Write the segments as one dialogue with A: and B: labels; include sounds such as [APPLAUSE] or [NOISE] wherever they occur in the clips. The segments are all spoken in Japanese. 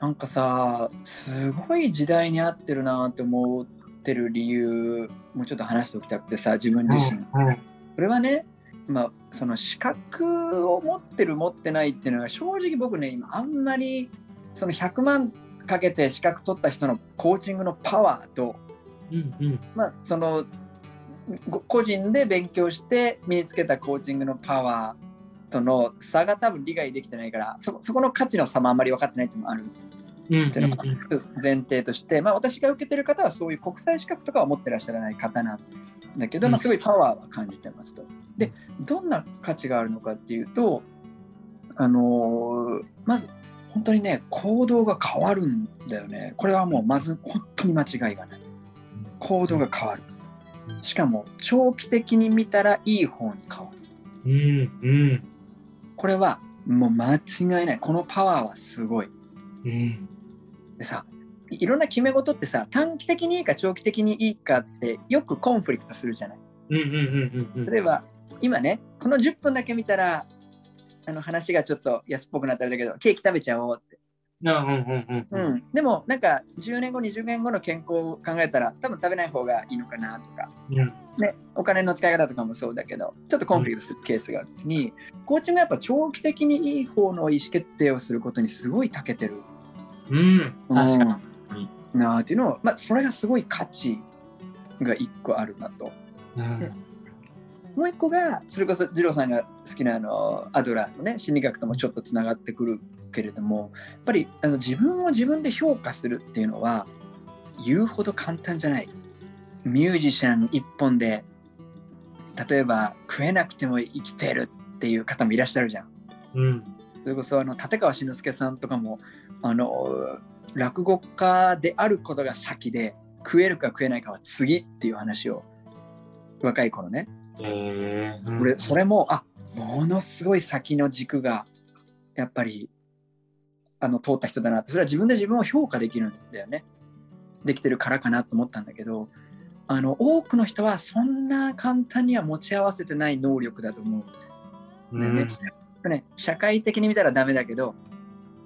A: なんかさすごい時代に合ってるなって思ってる理由もうちょっと話しておきたくてさ自分自身、
B: うんうん
A: これはねまあその資格を持ってる持ってないっていうのが正直僕ね今あんまりその100万かけて資格取った人のコーチングのパワーと
B: うんうん
A: まあ、そのご個人で勉強して身につけたコーチングのパワーとの差が多分理解できてないからそそこの価値の差もあんまり分かってないっていうのもある
B: うん
A: っていうのが前提として、まあ、私が受けてる方はそういう国際資格とかは持ってらっしゃらない方なんだけど、
B: うん
A: まあ、すごいパワーは感じてますと。でどんな価値があるのかっていうと、あのーまず本当にね行動が変わるんだよねこれはもうまず本当に間違いがない。行動が変わる
B: うん
A: しかも長期的に見たらいい方に変わる
B: うんうん
A: これはもう間違いないこのパワーはすごい
B: うん
A: でさいいろんな決め事ってさ短期的にいいか長期的にいいかってよくコンフリクトするじゃない
B: うんうんうんうんうん
A: 例えば今ねこの10分だけ見たらあの話がちょっと安っぽくなったりだけどケーキ食べちゃおうって
B: あうんうんうん
A: うん、でもなんか10年後20年後の健康を考えたら多分食べない方がいいのかなとか、
B: うん
A: ね、お金の使い方とかもそうだけどちょっとコンフリクトするケースがある時に、コーチングはやっぱ長期的にいい方の意思決定をすることにすごい長けてる
B: うん確かに
A: なあっていうのを、まあ、それがすごい価値が1個あるなと。
B: うん
A: もう一個がそれこそ二郎さんが好きなあのアドラーのね心理学ともちょっとつながってくるけれどもやっぱりあの自分を自分で評価するっていうのは言うほど簡単じゃないミュージシャン一本で例えば食えなくても生きてるっていう方もいらっしゃるじゃん
B: うん
A: それこそあの立川志の輔さんとかもあの落語家であることが先で食えるか食えないかは次っていう話を若い頃ね
B: えー
A: 俺それもあものすごい先の軸がやっぱりあの通った人だなってそれは自分で自分を評価できるんだよねできてるからかなと思ったんだけどあの多くの人はそんな簡単には持ち合わせてない能力だと思う
B: うん
A: だよね
B: ん,、
A: ね社会的に見たらダメだけど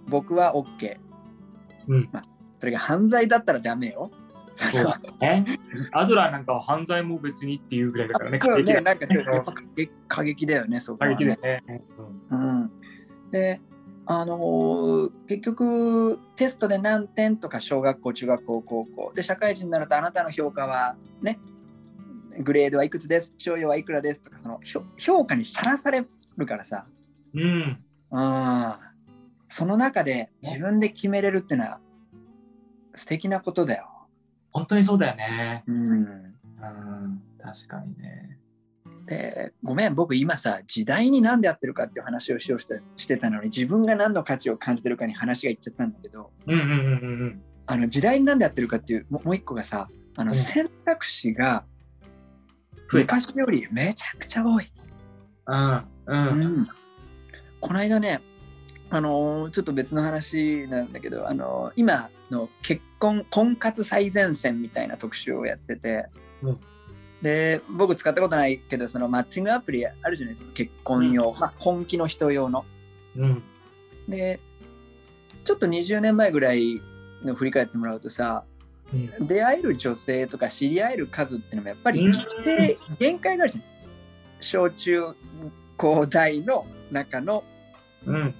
A: 僕は OK
B: うん
A: それが犯罪だったらダメよ
B: そうだねアドラーなんかは犯罪も別にっていうぐらいだから
A: [LAUGHS]
B: ね
A: そうね
B: だ
A: なんかねやっぱ過激過激だよねそこはね
B: 過激だよね
A: うん、であのー結局テストで何点とか小学校中学校高校で社会人になるとあなたの評価はねグレードはいくつです賞与はいくらですとかそのひょ評価にさらされるからさ
B: うん
A: うんその中で自分で決めれるってのは素敵なことだよ。
B: 本当にそうだよね
A: うん、
B: うん確かにね
A: でごめん僕今さ時代に何でやってるかっていう話をしようしてしてたのに自分が何の価値を感じてるかに話がいっちゃったんだけど、
B: うんうんうんうんうん
A: あの時代になんでやってるかっていうももう一個がさあ
B: う
A: の
B: ん
A: 選択肢が
B: 増えた
A: 昔よりめちゃくちゃ多い。
B: うんうん
A: うんこの間ねあのーちょっと別の話なんだけど、あのー今の結婚婚活最前線みたいな特集をやってて、
B: うん
A: で僕使ったことないけどそのマッチングアプリあるじゃないですか結婚用、まあ、本気の人用の。
B: うん
A: でちょっと20年前ぐらいの振り返ってもらうとさ
B: うん
A: 出会える女性とか知り合える数ってのもやっぱり
B: うん
A: 一定限界があるじゃん。小中高大の中の
B: うん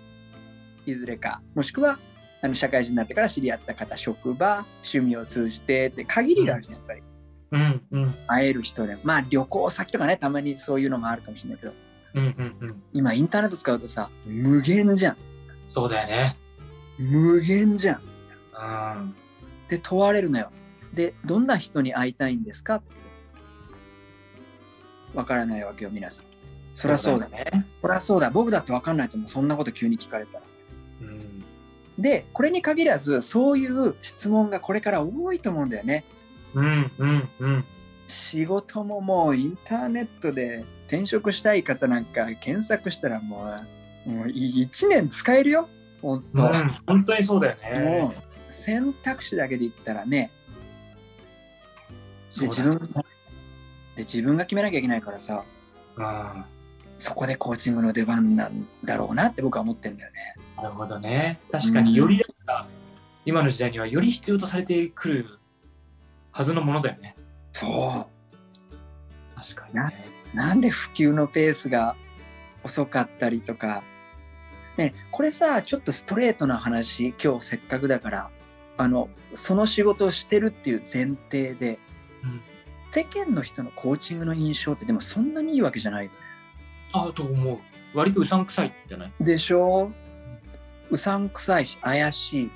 A: いずれかもしくはあの社会人になってから知り合った方職場趣味を通じてって限りがあるじゃんやっぱり
B: うんうん
A: 会える人でまあ旅行先とかねたまにそういうのもあるかもしれないけど
B: うんうんうん
A: 今インターネット使うとさ無限じゃん
B: そうだよね
A: 無限じゃん
B: うん
A: で問われるのよでどんな人に会いたいんですかってわからないわけよ皆さんそりゃそうだ
B: ね
A: これはそうだ僕だって分かんないと思うそんなこと急に聞かれたら。
B: うん
A: でこれに限らずそういう質問がこれから多いと思うんだよね。
B: うんうんうん
A: 仕事ももうインターネットで転職したい方なんか検索したらもうもう1年使えるよ本当、
B: うん本当にそうだよ
A: も
B: ね
A: う選択肢だけで言ったらねで
B: そう
A: 自
B: だね
A: 分で自分が決めなきゃいけないからさ
B: うん
A: そこでコーチングの出番なんだろうなって僕は思ってんだよね。
B: なるほどね。確かによりだから、今の時代にはより必要とされてくるはずのものだよね。
A: そ
B: 確かにね。
A: うなんで普及のペースが遅かったりとか、ね、これさちょっとストレートな話今日せっかくだからあのその仕事をしてるっていう前提で、
B: うん
A: 世間の人のコーチングの印象ってでもそんなにいいわけじゃないよね
B: あと思う。割とうさんくさいじゃない、
A: でしょうさんくさいし怪しい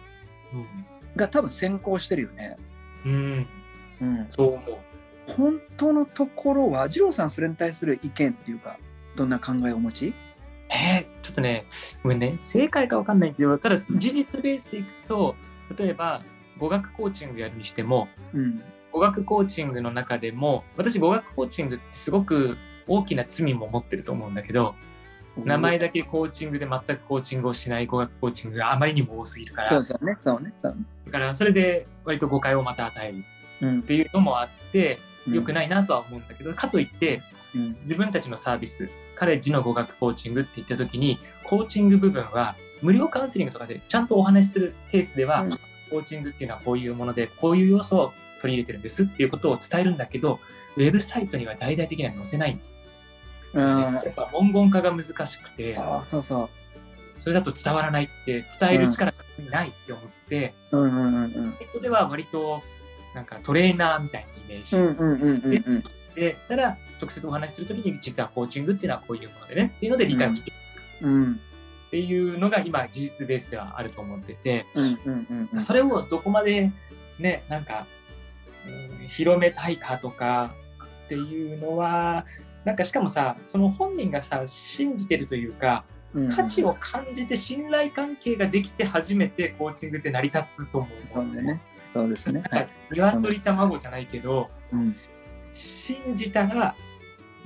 B: うん、
A: が多分先行してるよね。
B: うん。
A: うん、
B: そう思う。
A: 本当のところは二郎さんそれに対する意見っていうかどんな考えをお持ち
B: えーちょっとね、ごめんね、正解かわかんないけど、ただ事実ベースでいくと、例えば語学コーチングやるにしても、
A: うん
B: 語学コーチングの中でも、私語学コーチングってすごく大きな罪も持ってると思うんだけど、名前だけコーチングで全くコーチングをしない語学コーチングがあまりにも多すぎるから、
A: そうそうねそうねそうね。
B: だからそれで割と誤解をまた与える
A: うん
B: っていうのもあって、良く
A: い、
B: ないなとは思うんだけど、かといって、
A: うん
B: 自分たちのサービスカレッジの語学コーチングって言った時にコーチング部分は無料カウンセリングとかでちゃんとお話しするケースでは、
A: うん
B: コーチングっていうのはこういうものでこういう要素を取り入れてるんですっていうことを伝えるんだけどウェブサイトには大々的には載せないんだよね
A: あ
B: やっぱ文言化が難しくて
A: ーそうそうそ
B: それだと伝わらないって伝える力がないって思って、
A: う。うんうんうんうん
B: ネットでは割となんかトレーナーみたいなイメージ、
A: うんうんうんうんうん。
B: でただ直接お話しするときに実はコーチングっていうのはこういうものでねっていうので理解をして
A: うん
B: っていうのが今事実ベースではあると思ってて、
A: うんうんうんうん。
B: それをどこまでねなんか、うん広めたいかとかっていうのはなんかしかもさその本人がさ信じてるというか
A: うん
B: 価値を感じて信頼関係ができて初めてコーチングって成り立つと思う
A: そう
B: の
A: だね。そうですね。は
B: なん
A: い
B: か。鶏卵じゃないけど
A: うん
B: 信じたら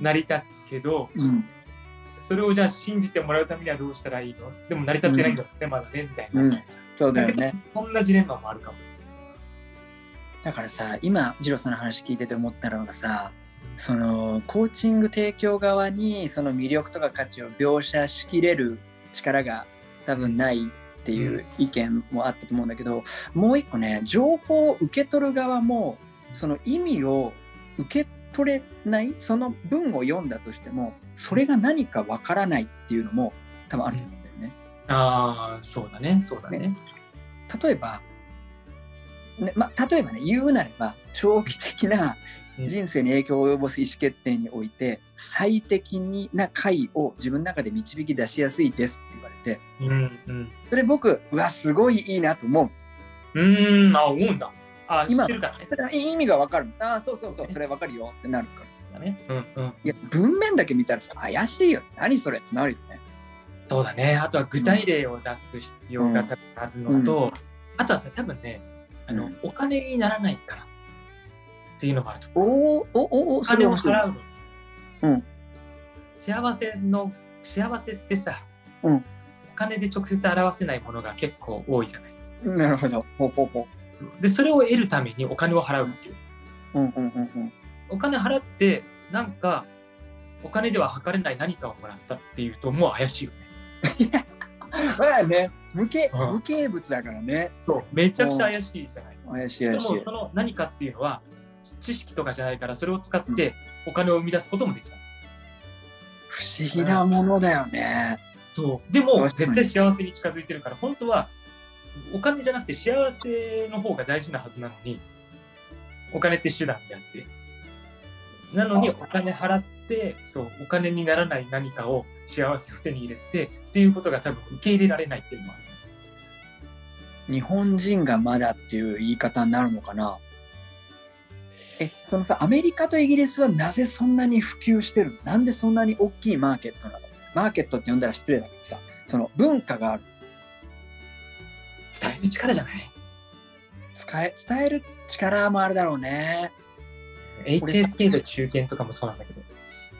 B: 成り立つけど
A: うん
B: それをじゃあ信じてもらうためにはどうしたらいいのでも成り立ってないんだよね、まだねみたいな。
A: うん。そうだよ
B: だけど
A: ね。
B: そんなジレンマもあるかも。
A: だからさ今次郎さんの話聞いてて思ったのがさそのコーチング提供側にその魅力とか価値を描写しきれる力が多分ないっていう意見もあったと思うんだけど、もう一個ね情報を受け取る側もその意味を受け取れないその文を読んだとしてもそれが何かわからないっていうのも多分あると思うんだよね。
B: ああ、そうだね、そうだね。
A: 例えば、ねまあ、例えばね言うなれば長期的な
B: うん
A: 人生に影響を及ぼす意思決定において最適な解を自分の中で導き出しやすいですって言われて
B: うん、うん。
A: それ僕うわすごいいいなと思う
B: うーん、あ、思うんだ。あ、知
A: 今
B: ってるからね。
A: それはいい意味が分かるああそうそうそうそれ分かるよってなるから
B: そうだね。うん、うん。
A: いや文面だけ見たらさ怪しいよ何それってなるよね
B: そうだね。あとは具体例を出す必要が多分あるのと、あとはさ、多分ね、あの、
A: うん
B: お金にならないからっていうのもあると思
A: お
B: う。
A: ーおおお
B: お
A: おそれ
B: 金
A: は
B: を
A: 面白い
B: 払うの。
A: うん。
B: 幸せの、幸せってさ、
A: うん
B: お金で直接表せないものが結構多いじゃない。
A: なるほどほうほうほ
B: で、それを得るためにお金を払うっていう。
A: ううんうんうんうん
B: お金払ってなんかお金では測れない何かをもらったっていうともう怪しいよね。
A: まあね無形
B: うん
A: 無形物だからね
B: めちゃくちゃ怪しいじゃない。
A: 怪しい
B: しか
A: 怪
B: も
A: しい
B: その何かっていうのは知識とかじゃないからそれを使ってお金を生み出すこともできない。
A: 不思議なものだよね。
B: そうでも
A: 確かに
B: 絶対幸せに近づいてるから本当はお金じゃなくて幸せの方が大事なはずなのにお金って手段であってなのに
A: あ
B: お金払ってそうお金にならない何かを幸せを手に入れてっていうことが多分受け入れられないっていうのもあるんですよ
A: 日本人がまだっていう言い方になるのかな。え、そのさ、アメリカとイギリスはなぜそんなに普及してるのなんでそんなに大きいマーケットなのマーケットって呼んだら失礼だけどさ、その文化がある。
B: 伝える力じゃない
A: 使え伝える力もあるだろうね。
B: HSK の中堅とかもそうなんだけど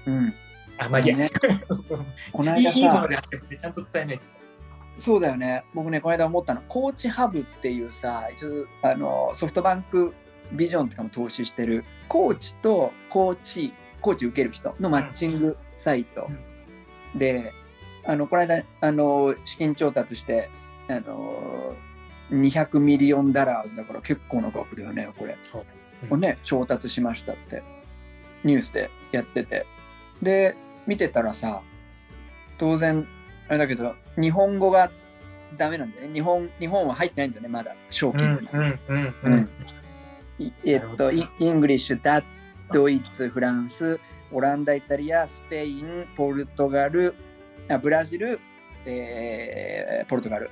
A: うん。
B: あまあいいや、
A: ねこの
B: [LAUGHS] いい
A: 間さ
B: いいものであってもねちゃんと伝えないと
A: そうだよね。僕ね、この間思ったの、コーチハブっていうさ、一応あのソフトバンクビジョンとかも投資してる、コーチとコーチ、コーチ受ける人のマッチングサイト、で、あのこの間あの資金調達してあの、 200ミリオンダラーズだから結構な額だよねこれ、をね調達しましたってニュースでやっててで見てたらさ当然あれだけど日本語がダメなんだよね日本日本は入ってないんだよねまだ賞
B: う
A: 金
B: ん
A: に、
B: うんうんう
A: うんんいえっとイイングリッシュだドイツフランスオランダイタリアスペインポルトガルあブラジル、えーポルトガル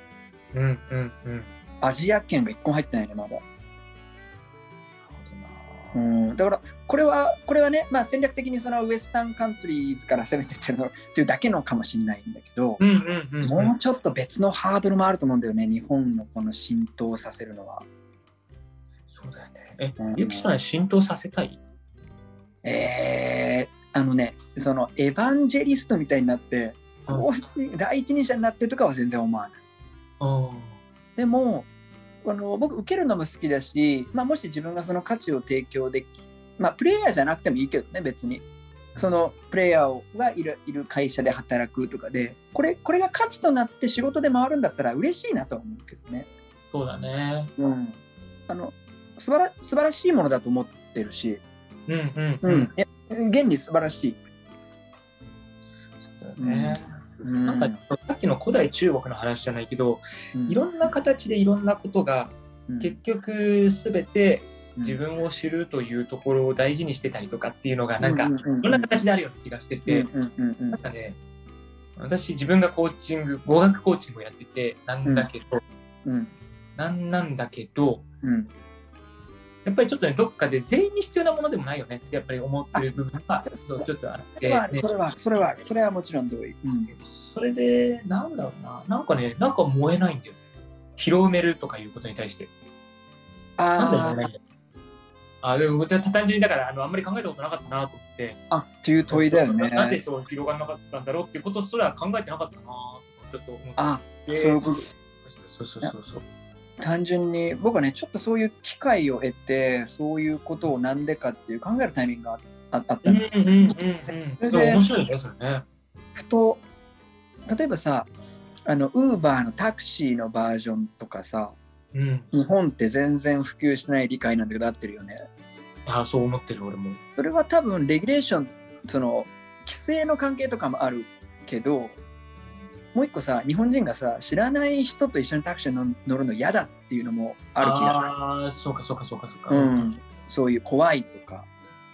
B: うんうんうん。
A: アジア圏が一個も入ってないねまだ
B: なるほどな
A: うん、だからこれはこれはね、まあ、戦略的にそのウエスタンカントリーズから攻めてってるのっていうだけのかもしれないんだけど、
B: うんうんうんうん。
A: もうちょっと別のハードルもあると思うんだよね日本のこの浸透させるのは。
B: そうだよね。え
A: うん、
B: ゆきさん浸透させたい
A: えー、あのねそのエヴァンジェリストみたいになって、
B: うん
A: こう一第一人者になってとかは全然思わない。
B: あ
A: でもあの僕受けるのも好きだし、まあ、もし自分がその価値を提供でき、まあ、プレイヤーじゃなくてもいいけどね別にそのプレイヤーがいるいる会社で働くとかでこれこれが価値となって仕事で回るんだったら嬉しいなとは思うけどね、
B: そうだね。
A: うん、あの素晴ら素晴らしいものだと思ってるし、
B: うんうん
A: う。ん、え現に素晴らしい、
B: そうだよね。
A: うん
B: なんかさっきの古代中国の話じゃないけど、
A: うん
B: いろんな形でいろんなことが結局すべて自分を知るというところを大事にしてたりとかっていうのがなんかいろんな形であるような気がしてて、
A: うんうんうんうん
B: なんかね私自分がコーチング語学コーチングをやっててなんだけど、
A: うん
B: なんなんだけど
A: うん
B: やっぱりちょっとねどっかで全員に必要なものでもないよねってやっぱり思ってる部分がそうちょっとあっ
A: そ
B: て、
A: れは
B: ね
A: それはそれはそれはもちろん同意、うん
B: それでなんだろうななんかねなんか燃えないんだよね広めるとかいうことに対してなんで
A: あ
B: 燃えないんだよあでもた単純にだからあのあんまり考えたことなかったなと思って
A: あ、っていう問いだよね。
B: なんでそう広がらなかったんだろうっていうことすら考えてなかったなとちょっと思って。
A: あ、そう
B: で
A: いうこと。
B: そうそうそうそう。
A: 単純に僕はね、ちょっとそういう機会を得て、そういうことをなんでかっていう考えるタイミングがあああった
B: うん
A: の、
B: うんうんうん。でも面白いね、それね。
A: ふと、例えばさ、あの、ウーバーのタクシーのバージョンとかさ、
B: うん。
A: 日本って全然普及しない理解なんだけど合ってるよね。
B: あそう思ってる俺も。
A: それは多分、レギュレーション、その、規制の関係とかもあるけど、もう一個さ、日本人がさ、知らない人と一緒にタクシーに乗るの嫌だっていうのもある気がする。
B: ああ、そうかそうかそうかそうか。
A: うん、そういう怖いとか。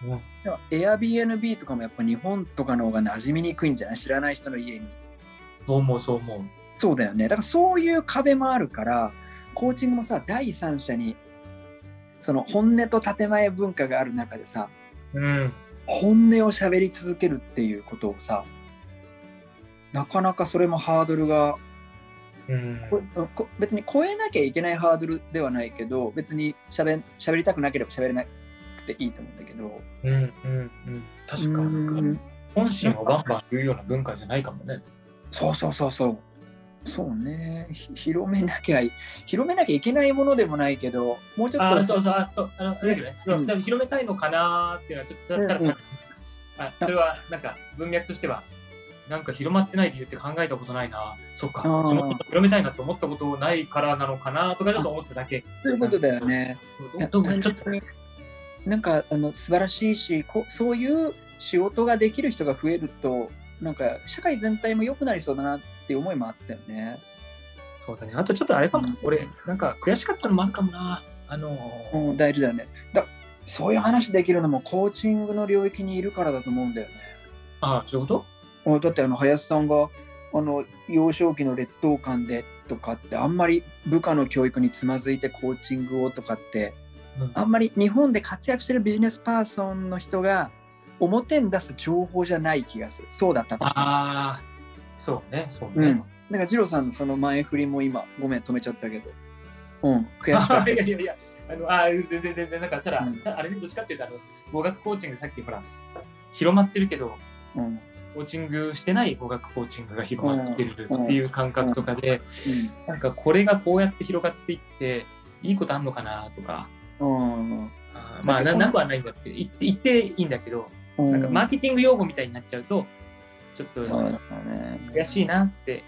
B: うん
A: でも Airbnb とかもやっぱ日本とかの方が馴染みにくいんじゃない知らない人の家に。
B: そう思うそう思う。
A: そうだよね。だからそういう壁もあるから、コーチングもさ、第三者に、その本音と建前文化がある中でさ、
B: うん。
A: 本音を喋り続けるっていうことをさ、なかなかそれもハードルが
B: うん。
A: ここ別に超えなきゃいけないハードルではないけど別にしゃべりたくなければ喋れなくていいと思うんだけど
B: うんうんうん。確か
A: うん
B: に。本心をバンバン言うような文化じゃないかもね。
A: そうそうそうそう。そうね。ひ広めなきゃい、広めなきゃいけないものでもないけど、もうちょっ
B: あ
A: と、
B: あ、そうそう、あそう、あの、だけどね、
A: うん
B: 多分広めたいのかなーっていうのは、ちょっと、ただ、
A: うんうん
B: あそれは、なんか、文脈としては、なんか広まってない理由って考えたことないな、そっか、
A: あー
B: そのこと広めたいなと思ったことないからなのかなとか、ちょっと思っただけ。
A: そういうことだよね。いや
B: どうも
A: 単
B: ちょっと
A: 純になんかあの素晴らしいしこ、そういう仕事ができる人が増えると、なんか社会全体も良くなりそうだなっていう思いもあったよね。
B: そうだね。あとちょっとあれかも
A: うん、
B: 俺、なんか悔しかったのもあるかもな。あのー
A: うん、大事だよね。だそういう話できるのもコーチングの領域にいるからだと思うんだよね。
B: あそういうこと
A: うんだってあの林さんがあの幼少期の劣等感でとかってあんまり部下の教育につまずいてコーチングをとかって
B: うん
A: あんまり日本で活躍してるビジネスパーソンの人が表に出す情報じゃない気がするそうだったとしてもだか
B: あー、そうね、そうね。
A: うんら二郎さんのその前振りも今ごめん止めちゃったけどうん悔しかっ
B: [LAUGHS] いやいやいや、あのあー全然全然、なんかただ、
A: うん
B: ただあれね、どっちかっていうとあの、語学コーチング、さっきほら、広まってるけど、
A: た、うん
B: コーチングしてない語学コーチングが広まってるっていう感覚とかで、なんかこれがこうやって広がっていって、いいことあんのかなとか、
A: うんうん
B: あーまあななくはないんだって言って、言っていいんだけど、
A: うん、
B: なんかマーケティング用語みたいになっちゃうと、ちょっと
A: そうだね
B: 悔しいなって、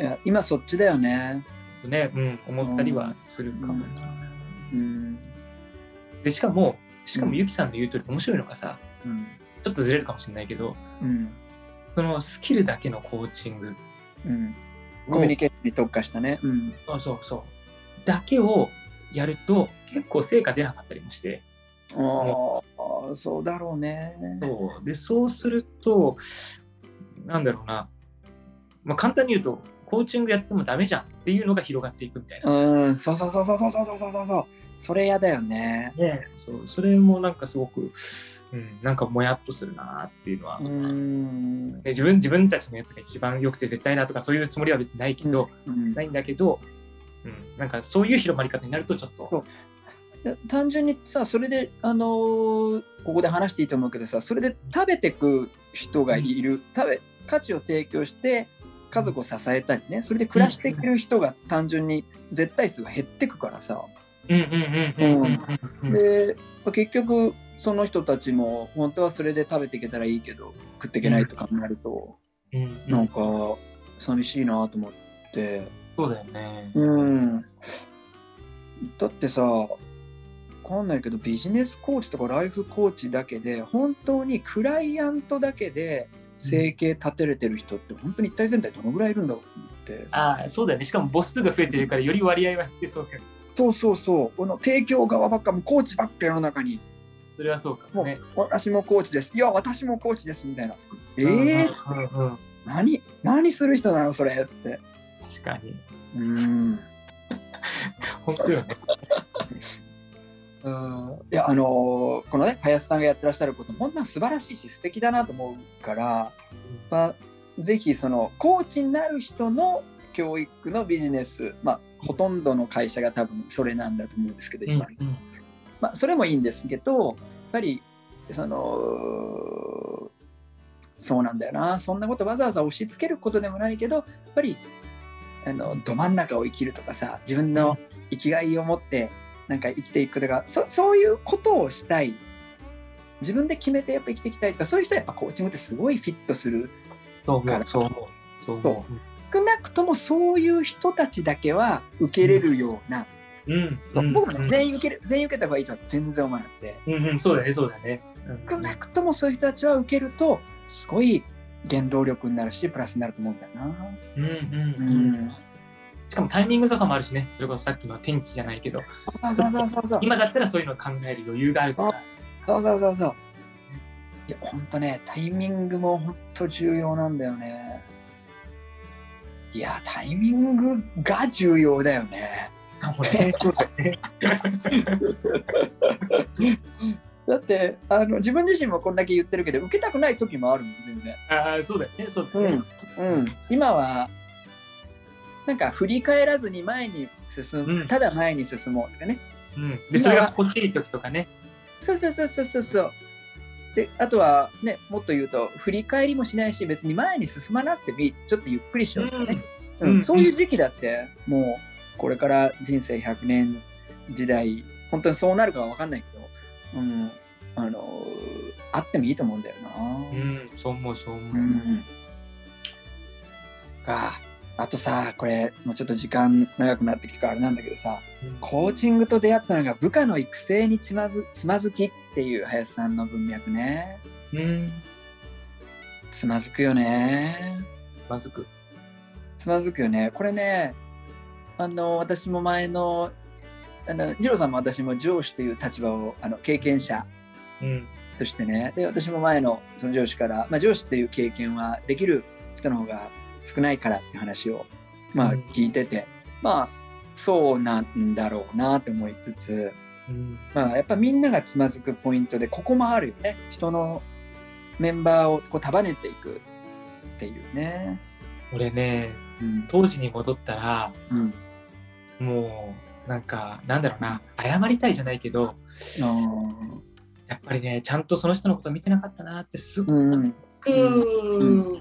A: いや今そっちだよね
B: とね、うん、思ったりはするかもな。
A: うん
B: でしかもしか
A: う
B: も
A: ん
B: ゆきさんの言う通り面白いのがさ
A: うん
B: ちょっとずれるかもしれないけど
A: うん
B: そのスキルだけのコーチング
A: うんコミュニケーションに特化したね。うん
B: そうそうそうだけをやると結構成果出なかったりもして
A: ああ、そうだろうね。
B: そうでそうするとなんだろうな、まあ、簡単に言うとコーチングやってもダメじゃんっていうのが広がっていくみたいな。
A: うん、そうそうそうそうそうそうそうそうそう。それ嫌だよね。
B: ね、そうそれもなんかすごく、うん、なんかもやっとするなっていうのは、
A: う
B: で
A: ん。
B: 自分自分たちのやつが一番良くて絶対だとかそういうつもりは別にないけど、
A: うん
B: ないんだけど、うん、なんかそういう広まり方になるとちょっと、
A: 単純にさそれであのーここで話していいと思うけどさそれで食べてく人がいる、食べ価値を提供して家族を支えたりねそれで暮らしていける人が単純に絶対数が減ってくからさ、
B: うんうんうんうんうんうんうん
A: でまあ結局その人たちも本当はそれで食べていけたらいいけど食っていけないとかになると、
B: うん
A: なんか寂しいなと思って。
B: そうだよね。
A: うん、だってさわかんないけどビジネスコーチとかライフコーチだけで本当にクライアントだけで生計立てれてる人って本当に一体全体どのぐらいいるんだろうと思って
B: ああそうだよね。しかも母数が増えてるからより割合は減ってそうだよね。
A: そうそうそうこの提供側ばっかもうコーチばっか世の中に
B: それはそうかもね。
A: 私もコーチですいや私もコーチですみたいなええー、
B: うんうんうん
A: 何何する人なのそれっつって
B: 確かに。
A: うん
B: 本当よね。
A: うんいやあのーこのね林さんがやってらっしゃることもんなん素晴らしいし素敵だなと思うから、まあ、ぜひそのコーチになる人の教育のビジネス、まあ、ほとんどの会社が多分それなんだと思うんですけど、
B: うん
A: 今まあ、それもいいんですけどやっぱりそのそうなんだよなそんなことわざわざ押し付けることでもないけどやっぱりあのど真ん中を生きるとかさ自分の生きがいを持ってなんか生きていくとかそそういうことをしたい自分で決めてやっぱ生きていきたいとかそういう人はやっぱコーチングってすごいフィットする
B: そう思
A: か
B: う
A: ら
B: そう思う。そう思
A: 少なくともそういう人たちだけは受けれるような、
B: う。うん。うん
A: 僕もね全員受ける全員受けた方がいいとは全然思わなくて。
B: うんうん、そうだね、そうだね。
A: 少なくともそういう人たちは受けるとすごい原動力になるしプラスになると思うんだよな。
B: うんうんうん。しかもタイミングとかもあるしね、それこそさっきの天気じゃないけど、
A: そうそうそうそうそう
B: 今だったらそういうのを考える余裕があるとか、
A: そうそうそうそう。いや本当ねタイミングも本当重要なんだよね。いやタイミングが重要だよね。
B: かもね。そうだね。
A: だってあの自分自身もこんだけ言ってるけど受けたくない時もあるもん全然。
B: ああ、そうだよね、そうだ
A: う
B: よね。
A: ん、うん、今はなんか振り返らずに前に進む、
B: うん
A: ただ前に進もうとかね
B: うん、でそれが心地いい時とかね。
A: そうそうそうそうそうそう。であとはねもっと言うと振り返りもしないし別に前に進まなくてもいいちょっとゆっくりしようとかね、
B: うん
A: うん
B: うん
A: そういう時期だってもうこれから人生100年時代本当にそうなるかは分かんないけど、うん、あのーあってもいいと思うんだよな。
B: うん、そう思う、そう思
A: う
B: う。
A: んかあとさこれもうちょっと時間長くなってきてからあれなんだけどさ、コーチングと出会ったのが部下の育成につまずつまずきっていう林さんの文脈ね
B: うん、
A: つまずくよね
B: まずく。
A: つまずくよねこれねあの私も前のあの二郎さんも私も上司という立場をあの経験者
B: うん、
A: としてねで私も前のその上司から、まあ、上司っていう経験はできる人の方が少ないからって話を、まあ、
B: うん
A: 聞いてて、まあそうなんだろうなと思いつつ
B: うん、
A: まあ、やっぱみんながつまずくポイントでここもあるよね人のメンバーをこう束ねていくっていうね。
B: 俺ね、
A: うん
B: 当時に戻ったら、
A: うん
B: もう、なんか、なんだろうな、謝りたいじゃないけど、やっぱりね、ちゃんとその人のこと見てなかったなってす
A: う
B: ご
A: ん
B: く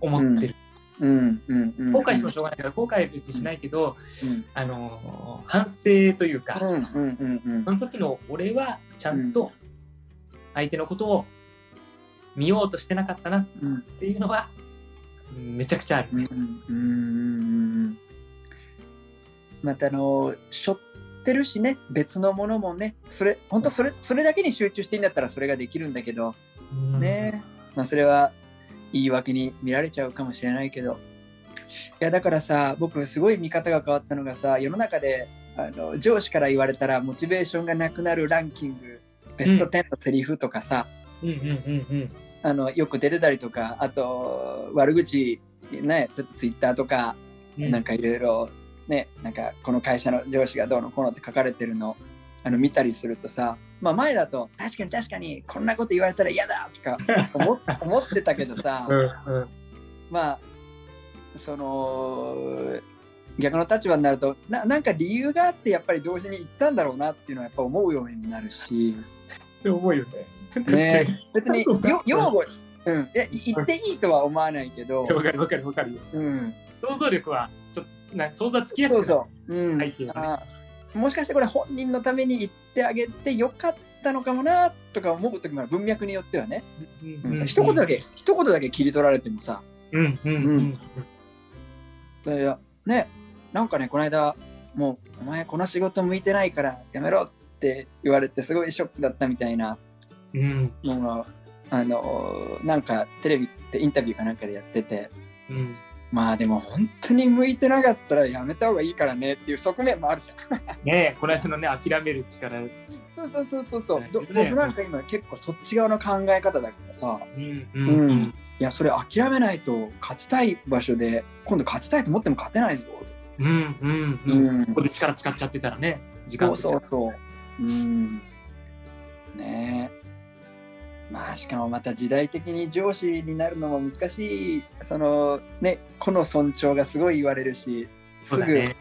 B: 思ってる。
A: うんうんうん
B: 後悔してもしょうがないから、後悔は別にしないけど、
A: うん
B: あのー反省というか、
A: うんうんうん
B: その時の俺はちゃんと相手のことを見ようとしてなかったなっ
A: うんうん
B: ていうのはうんめちゃくちゃある。
A: うんうんうんうんうんまたあのしょってるしね別のものもねそれ本当それそれだけに集中していいんだったらそれができるんだけど
B: うん
A: ね、まあ、それは言い訳に見られちゃうかもしれないけどいやだからさ僕すごい見方が変わったのがさ世の中であの上司から言われたらモチベーションがなくなるランキングベスト10のセリフとかさ、
B: うんうんうん
A: あのよく出てたりとかあと悪口ねちょっとツイッターとか
B: うん
A: なんかいろいろねなんかこの会社の上司がどうのこうのって書かれてるのあの見たりするとさ、まあ、前だと確かに確かにこんなこと言われたら嫌だとか
B: [LAUGHS]
A: 思思ってたけどさ
B: うんうん
A: まあその逆の立場になるとななんか理由があってやっぱり同時に言ったんだろうなっていうのはやっぱ思うようになるし。
B: そう思うよね。
A: ね別に
B: そうか
A: よ擁護、うん、いやい言っていいとは思わないけど、
B: わかるわかるわかるよ。
A: うん、
B: 想像力はちょっとな想像はつきや
A: そ
B: す
A: う
B: くなる
A: そう、うん
B: 背景がね
A: あもしかしてこれ本人のために言ってあげてよかったのかもなとか思う時もある文脈によってはね、
B: うん
A: うん
B: うん
A: さ一言だけ一言だけ切り取られてもさ
B: うんうん
A: う
B: うんん
A: いやいやねなんかねこの間もうお前この仕事向いてないからやめろって言われてすごいショックだったみたいな
B: うんうん
A: のがあのなんかテレビってインタビューかなんかでやってて、
B: うん
A: まあでも本当に向いてなかったらやめた方がいいからねっていう側面もあるじゃん。
B: ねえこの間のね諦める力、うん
A: そうそうそうそうそう。ど
B: ね
A: 僕なんか今結構そっち側の考え方だけどさ、
B: う
A: うんん、いやそれ諦めないと勝ちたい場所で今度勝ちたいと思っても勝てないぞ。
B: うんうんうん
A: うん
B: ここで力使っちゃってたらね時間
A: そう
B: を
A: そうそう。うん。ねえ。まあしかもまた時代的に上司になるのも難しいそのね個の尊重がすごい言われるしす
B: そう
A: ぐ、
B: だね、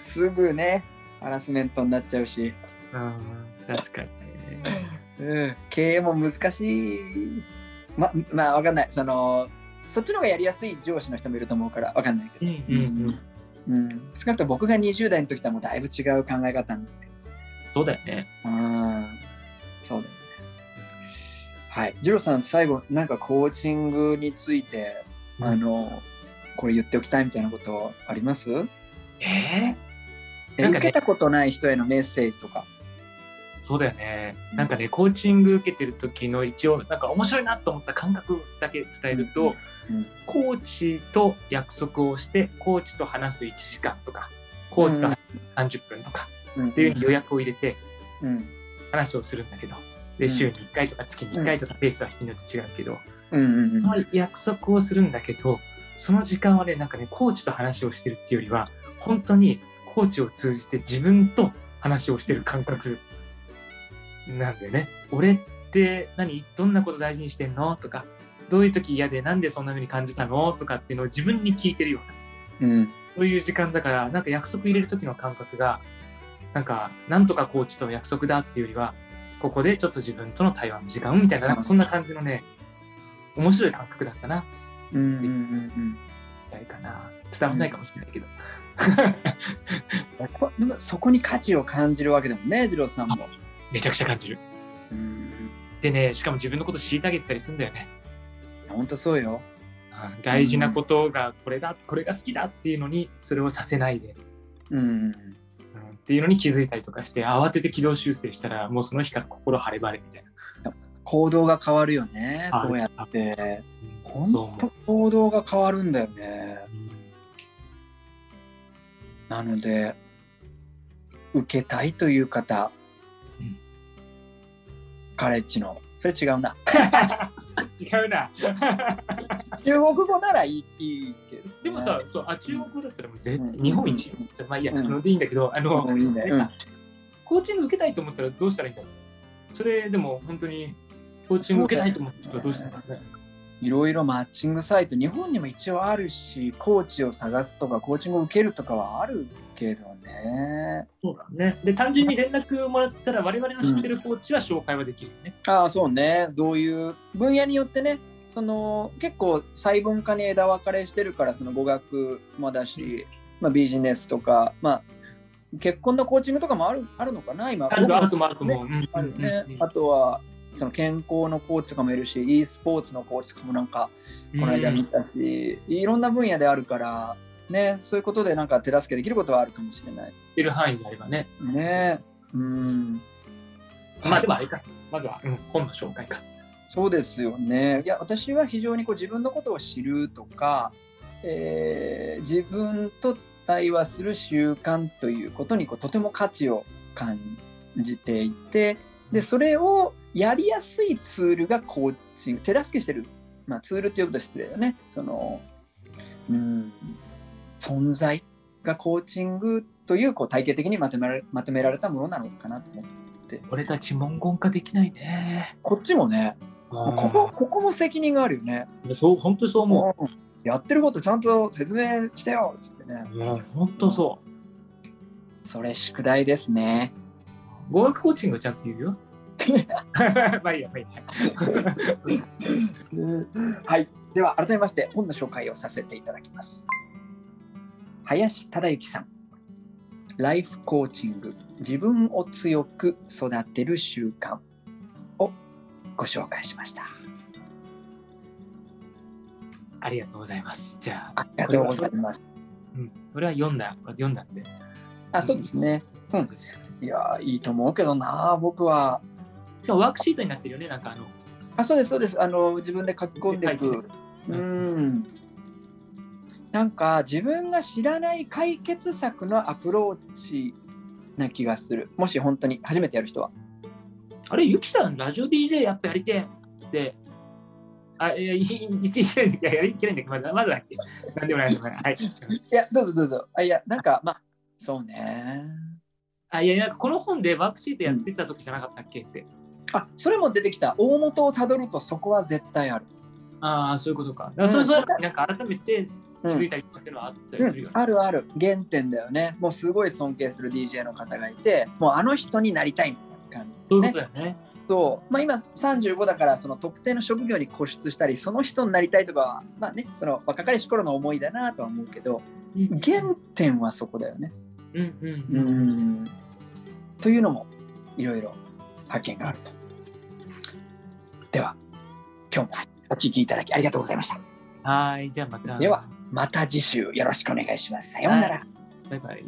A: すぐねハラスメントになっちゃうし。
B: うん、確かにね
A: うん、経営も難しい。ま、まあ、わかんない。その、そっちの方がやりやすい上司の人もいると思うから、わかんないけ
B: う
A: ど。
B: んうんうん
A: うん、少なくとも僕が20代の時とはもうだいぶ違う考え方になってる。
B: そうだよね
A: うん、そうだよね。はい。ジローさん、最後、なんかコーチングについて、あの、これ言っておきたいみたいなことあります
B: えー、
A: え
B: なんかね
A: 受けたことない人へのメッセージとか。
B: そうだよね
A: うん
B: なんかねコーチング受けてる時の一応なんか面白いなと思った感覚だけ伝えると、
A: うん
B: コーチと約束をしてコーチと話す1時間とかコーチと話す30分とか
A: うん、っ
B: っていうふうに予約を入れて、
A: うん、
B: 話をするんだけど、
A: うん
B: で週に1回とか月に1回とかペースは人によって違うけど、
A: うん、うん、
B: その約束をするんだけど、その時間はね、なんかね、コーチと話をしてるっていうよりは、本当にコーチを通じて自分と話をしてる感覚なんでね、俺って何、どんなこと大事にしてんのとか、どういう時嫌で、なんでそんな風に感じたのとかっていうのを自分に聞いてるような、
A: うん、
B: そういう時間だから、なんか約束入れる時の感覚が、なんか、なんとかコーチとの約束だっていうよりは、ここでちょっと自分との対話の時間みたいな、なんかそんな感じのね、面白い感覚だったな、
A: うん、うん、うん、うん。
B: みたいかな。伝わらないかもしれないけど。
A: こでもそこに価値を感じるわけでもんね、次郎さんも。
B: めちゃくちゃ感じる。
A: うん
B: でね、しかも自分のこと虐げてたりするんだよね。
A: 本当そうよ。
B: うん大事なことがこれだ、これが好きだっていうのに、それをさせないで、
A: うん。
B: うんっていうのに気づいたりとかして、慌てて軌道修正したら、もうその日から心晴れ晴れみたいな。
A: 行動が変わるよね、
B: はい
A: そうやって。
B: うん
A: 本
B: そう思
A: 当
B: う
A: 行動が変わるんだよね。
B: うん
A: なので、受けたいという方、
B: うん
A: カレッジの、それ違うな。
B: 違うな。
A: 中国語ならいいいいけどね、
B: でもさ、そうあ中国語だったらもう絶対、
A: うん
B: 日本一、まあいいや、
A: うん
B: あのでいいんだけど、あの、
A: うんいいねうん
B: コーチング受けたいと思ったらどうしたらいいんだろうそれでも本当にコーチング受けたいと思った人はどうしたらいいんだろう
A: いろいろマッチングサイト、日本にも一応あるし、コーチを探すとか、コーチングを受けるとかはあるけどね。
B: そうだね。で、単純に連絡をもらったら、我々の知ってるコーチは紹介はできるよね。
A: ああそうねどういう分野によってねその結構細分化に枝分かれしてるからその語学もだし、まあ、ビジネスとか、まあ、結婚のコーチングとかもあるあるのかな今
B: あるとあるともあるとも。うん
A: あるね
B: うんうん
A: あとはその健康のコーチとかもいるし e スポーツのコーチとかもなんかこの間見たし、いろんな分野であるからね、そういうことでなんか手助けできることはあるかもしれない。
B: てる範囲であればね。
A: ねうん
B: まあでもあれか。まずは、うん、本の紹介か。
A: そうですよね。いや私は非常にこう自分のことを知るとか、えー自分と対話する習慣ということにこうとても価値を感じていてでそれをやりやすいツールがコーチング手助けしてる、まあ、ツールって呼ぶと失礼だねそのうん存在がコーチングというこう体系的にまとめられまとめられたものなのかなと思って
B: 俺たち文言化できないね。
A: こっちもねもうここここも責任があるよね。
B: そう、本当にそう思
A: うんやってることちゃんと説明してよっつってね。
B: う。うん、本当そう。
A: それ宿題ですね。
B: 語学コーチングちゃんと言う [LAUGHS] よ。まあいいや、まあいいや。
A: はい。では改めまして本の紹介をさせていただきます。林忠之さん。ライフコーチング自分を強く育てる習慣をご紹介しました。
B: ありがとうございます。じゃあ、
A: ありがとうございます。
B: うん、これは読んだ、読んだんで。
A: あ、そうですね。うん。いやー、いいと思うけどな、僕は。
B: しかもワークシートになってるよね、なんかあの。
A: あ、そうです、そうです。あの、自分で書き込んでい
B: 書いて
A: く
B: る。
A: う
B: うん
A: ん。なんか、自分が知らない解決策のアプローチな気がする。もし本当に初めてやる人は。
B: あれ、ゆきさん、ラジオ DJ やっぱやりてえって。あ、いや、いいいいいややりきれないんだけど、まだまだだっけ。なんでもないのかな。はい。
A: いや、どうぞどうぞ。あいや、なんか、まあ、そうね。
B: あ、いや、なんかこの本でワークシートやってた時じゃなかったっけって。
A: あ、それも出てきた。大元をたどるとそこは絶対ある。
B: ああ、そういうことか。だからそうれ
A: ん
B: それなんか改めて気
A: う
B: づ
A: ん
B: いたりとかっていうのはあったり
A: う
B: するよ
A: ん
B: ね。
A: あるある原点だよねもうすごい尊敬する DJ の方がいてもうあの人になりたいみたいな感じ
B: そういうことだよね。
A: と、まあ、今35だからその特定の職業に固執したりその人になりたいとかはまあねその若かりし頃の思いだなとは思うけど
B: うん
A: 原点はそこだよね。
B: うんう
A: うんんというのもいろいろ発見があると。では今日もお聞きいただきありがとうございました。
B: うん。はい、じゃあまた。
A: ではまた次週よろしくお願いします。さようなら。
B: バイバイ。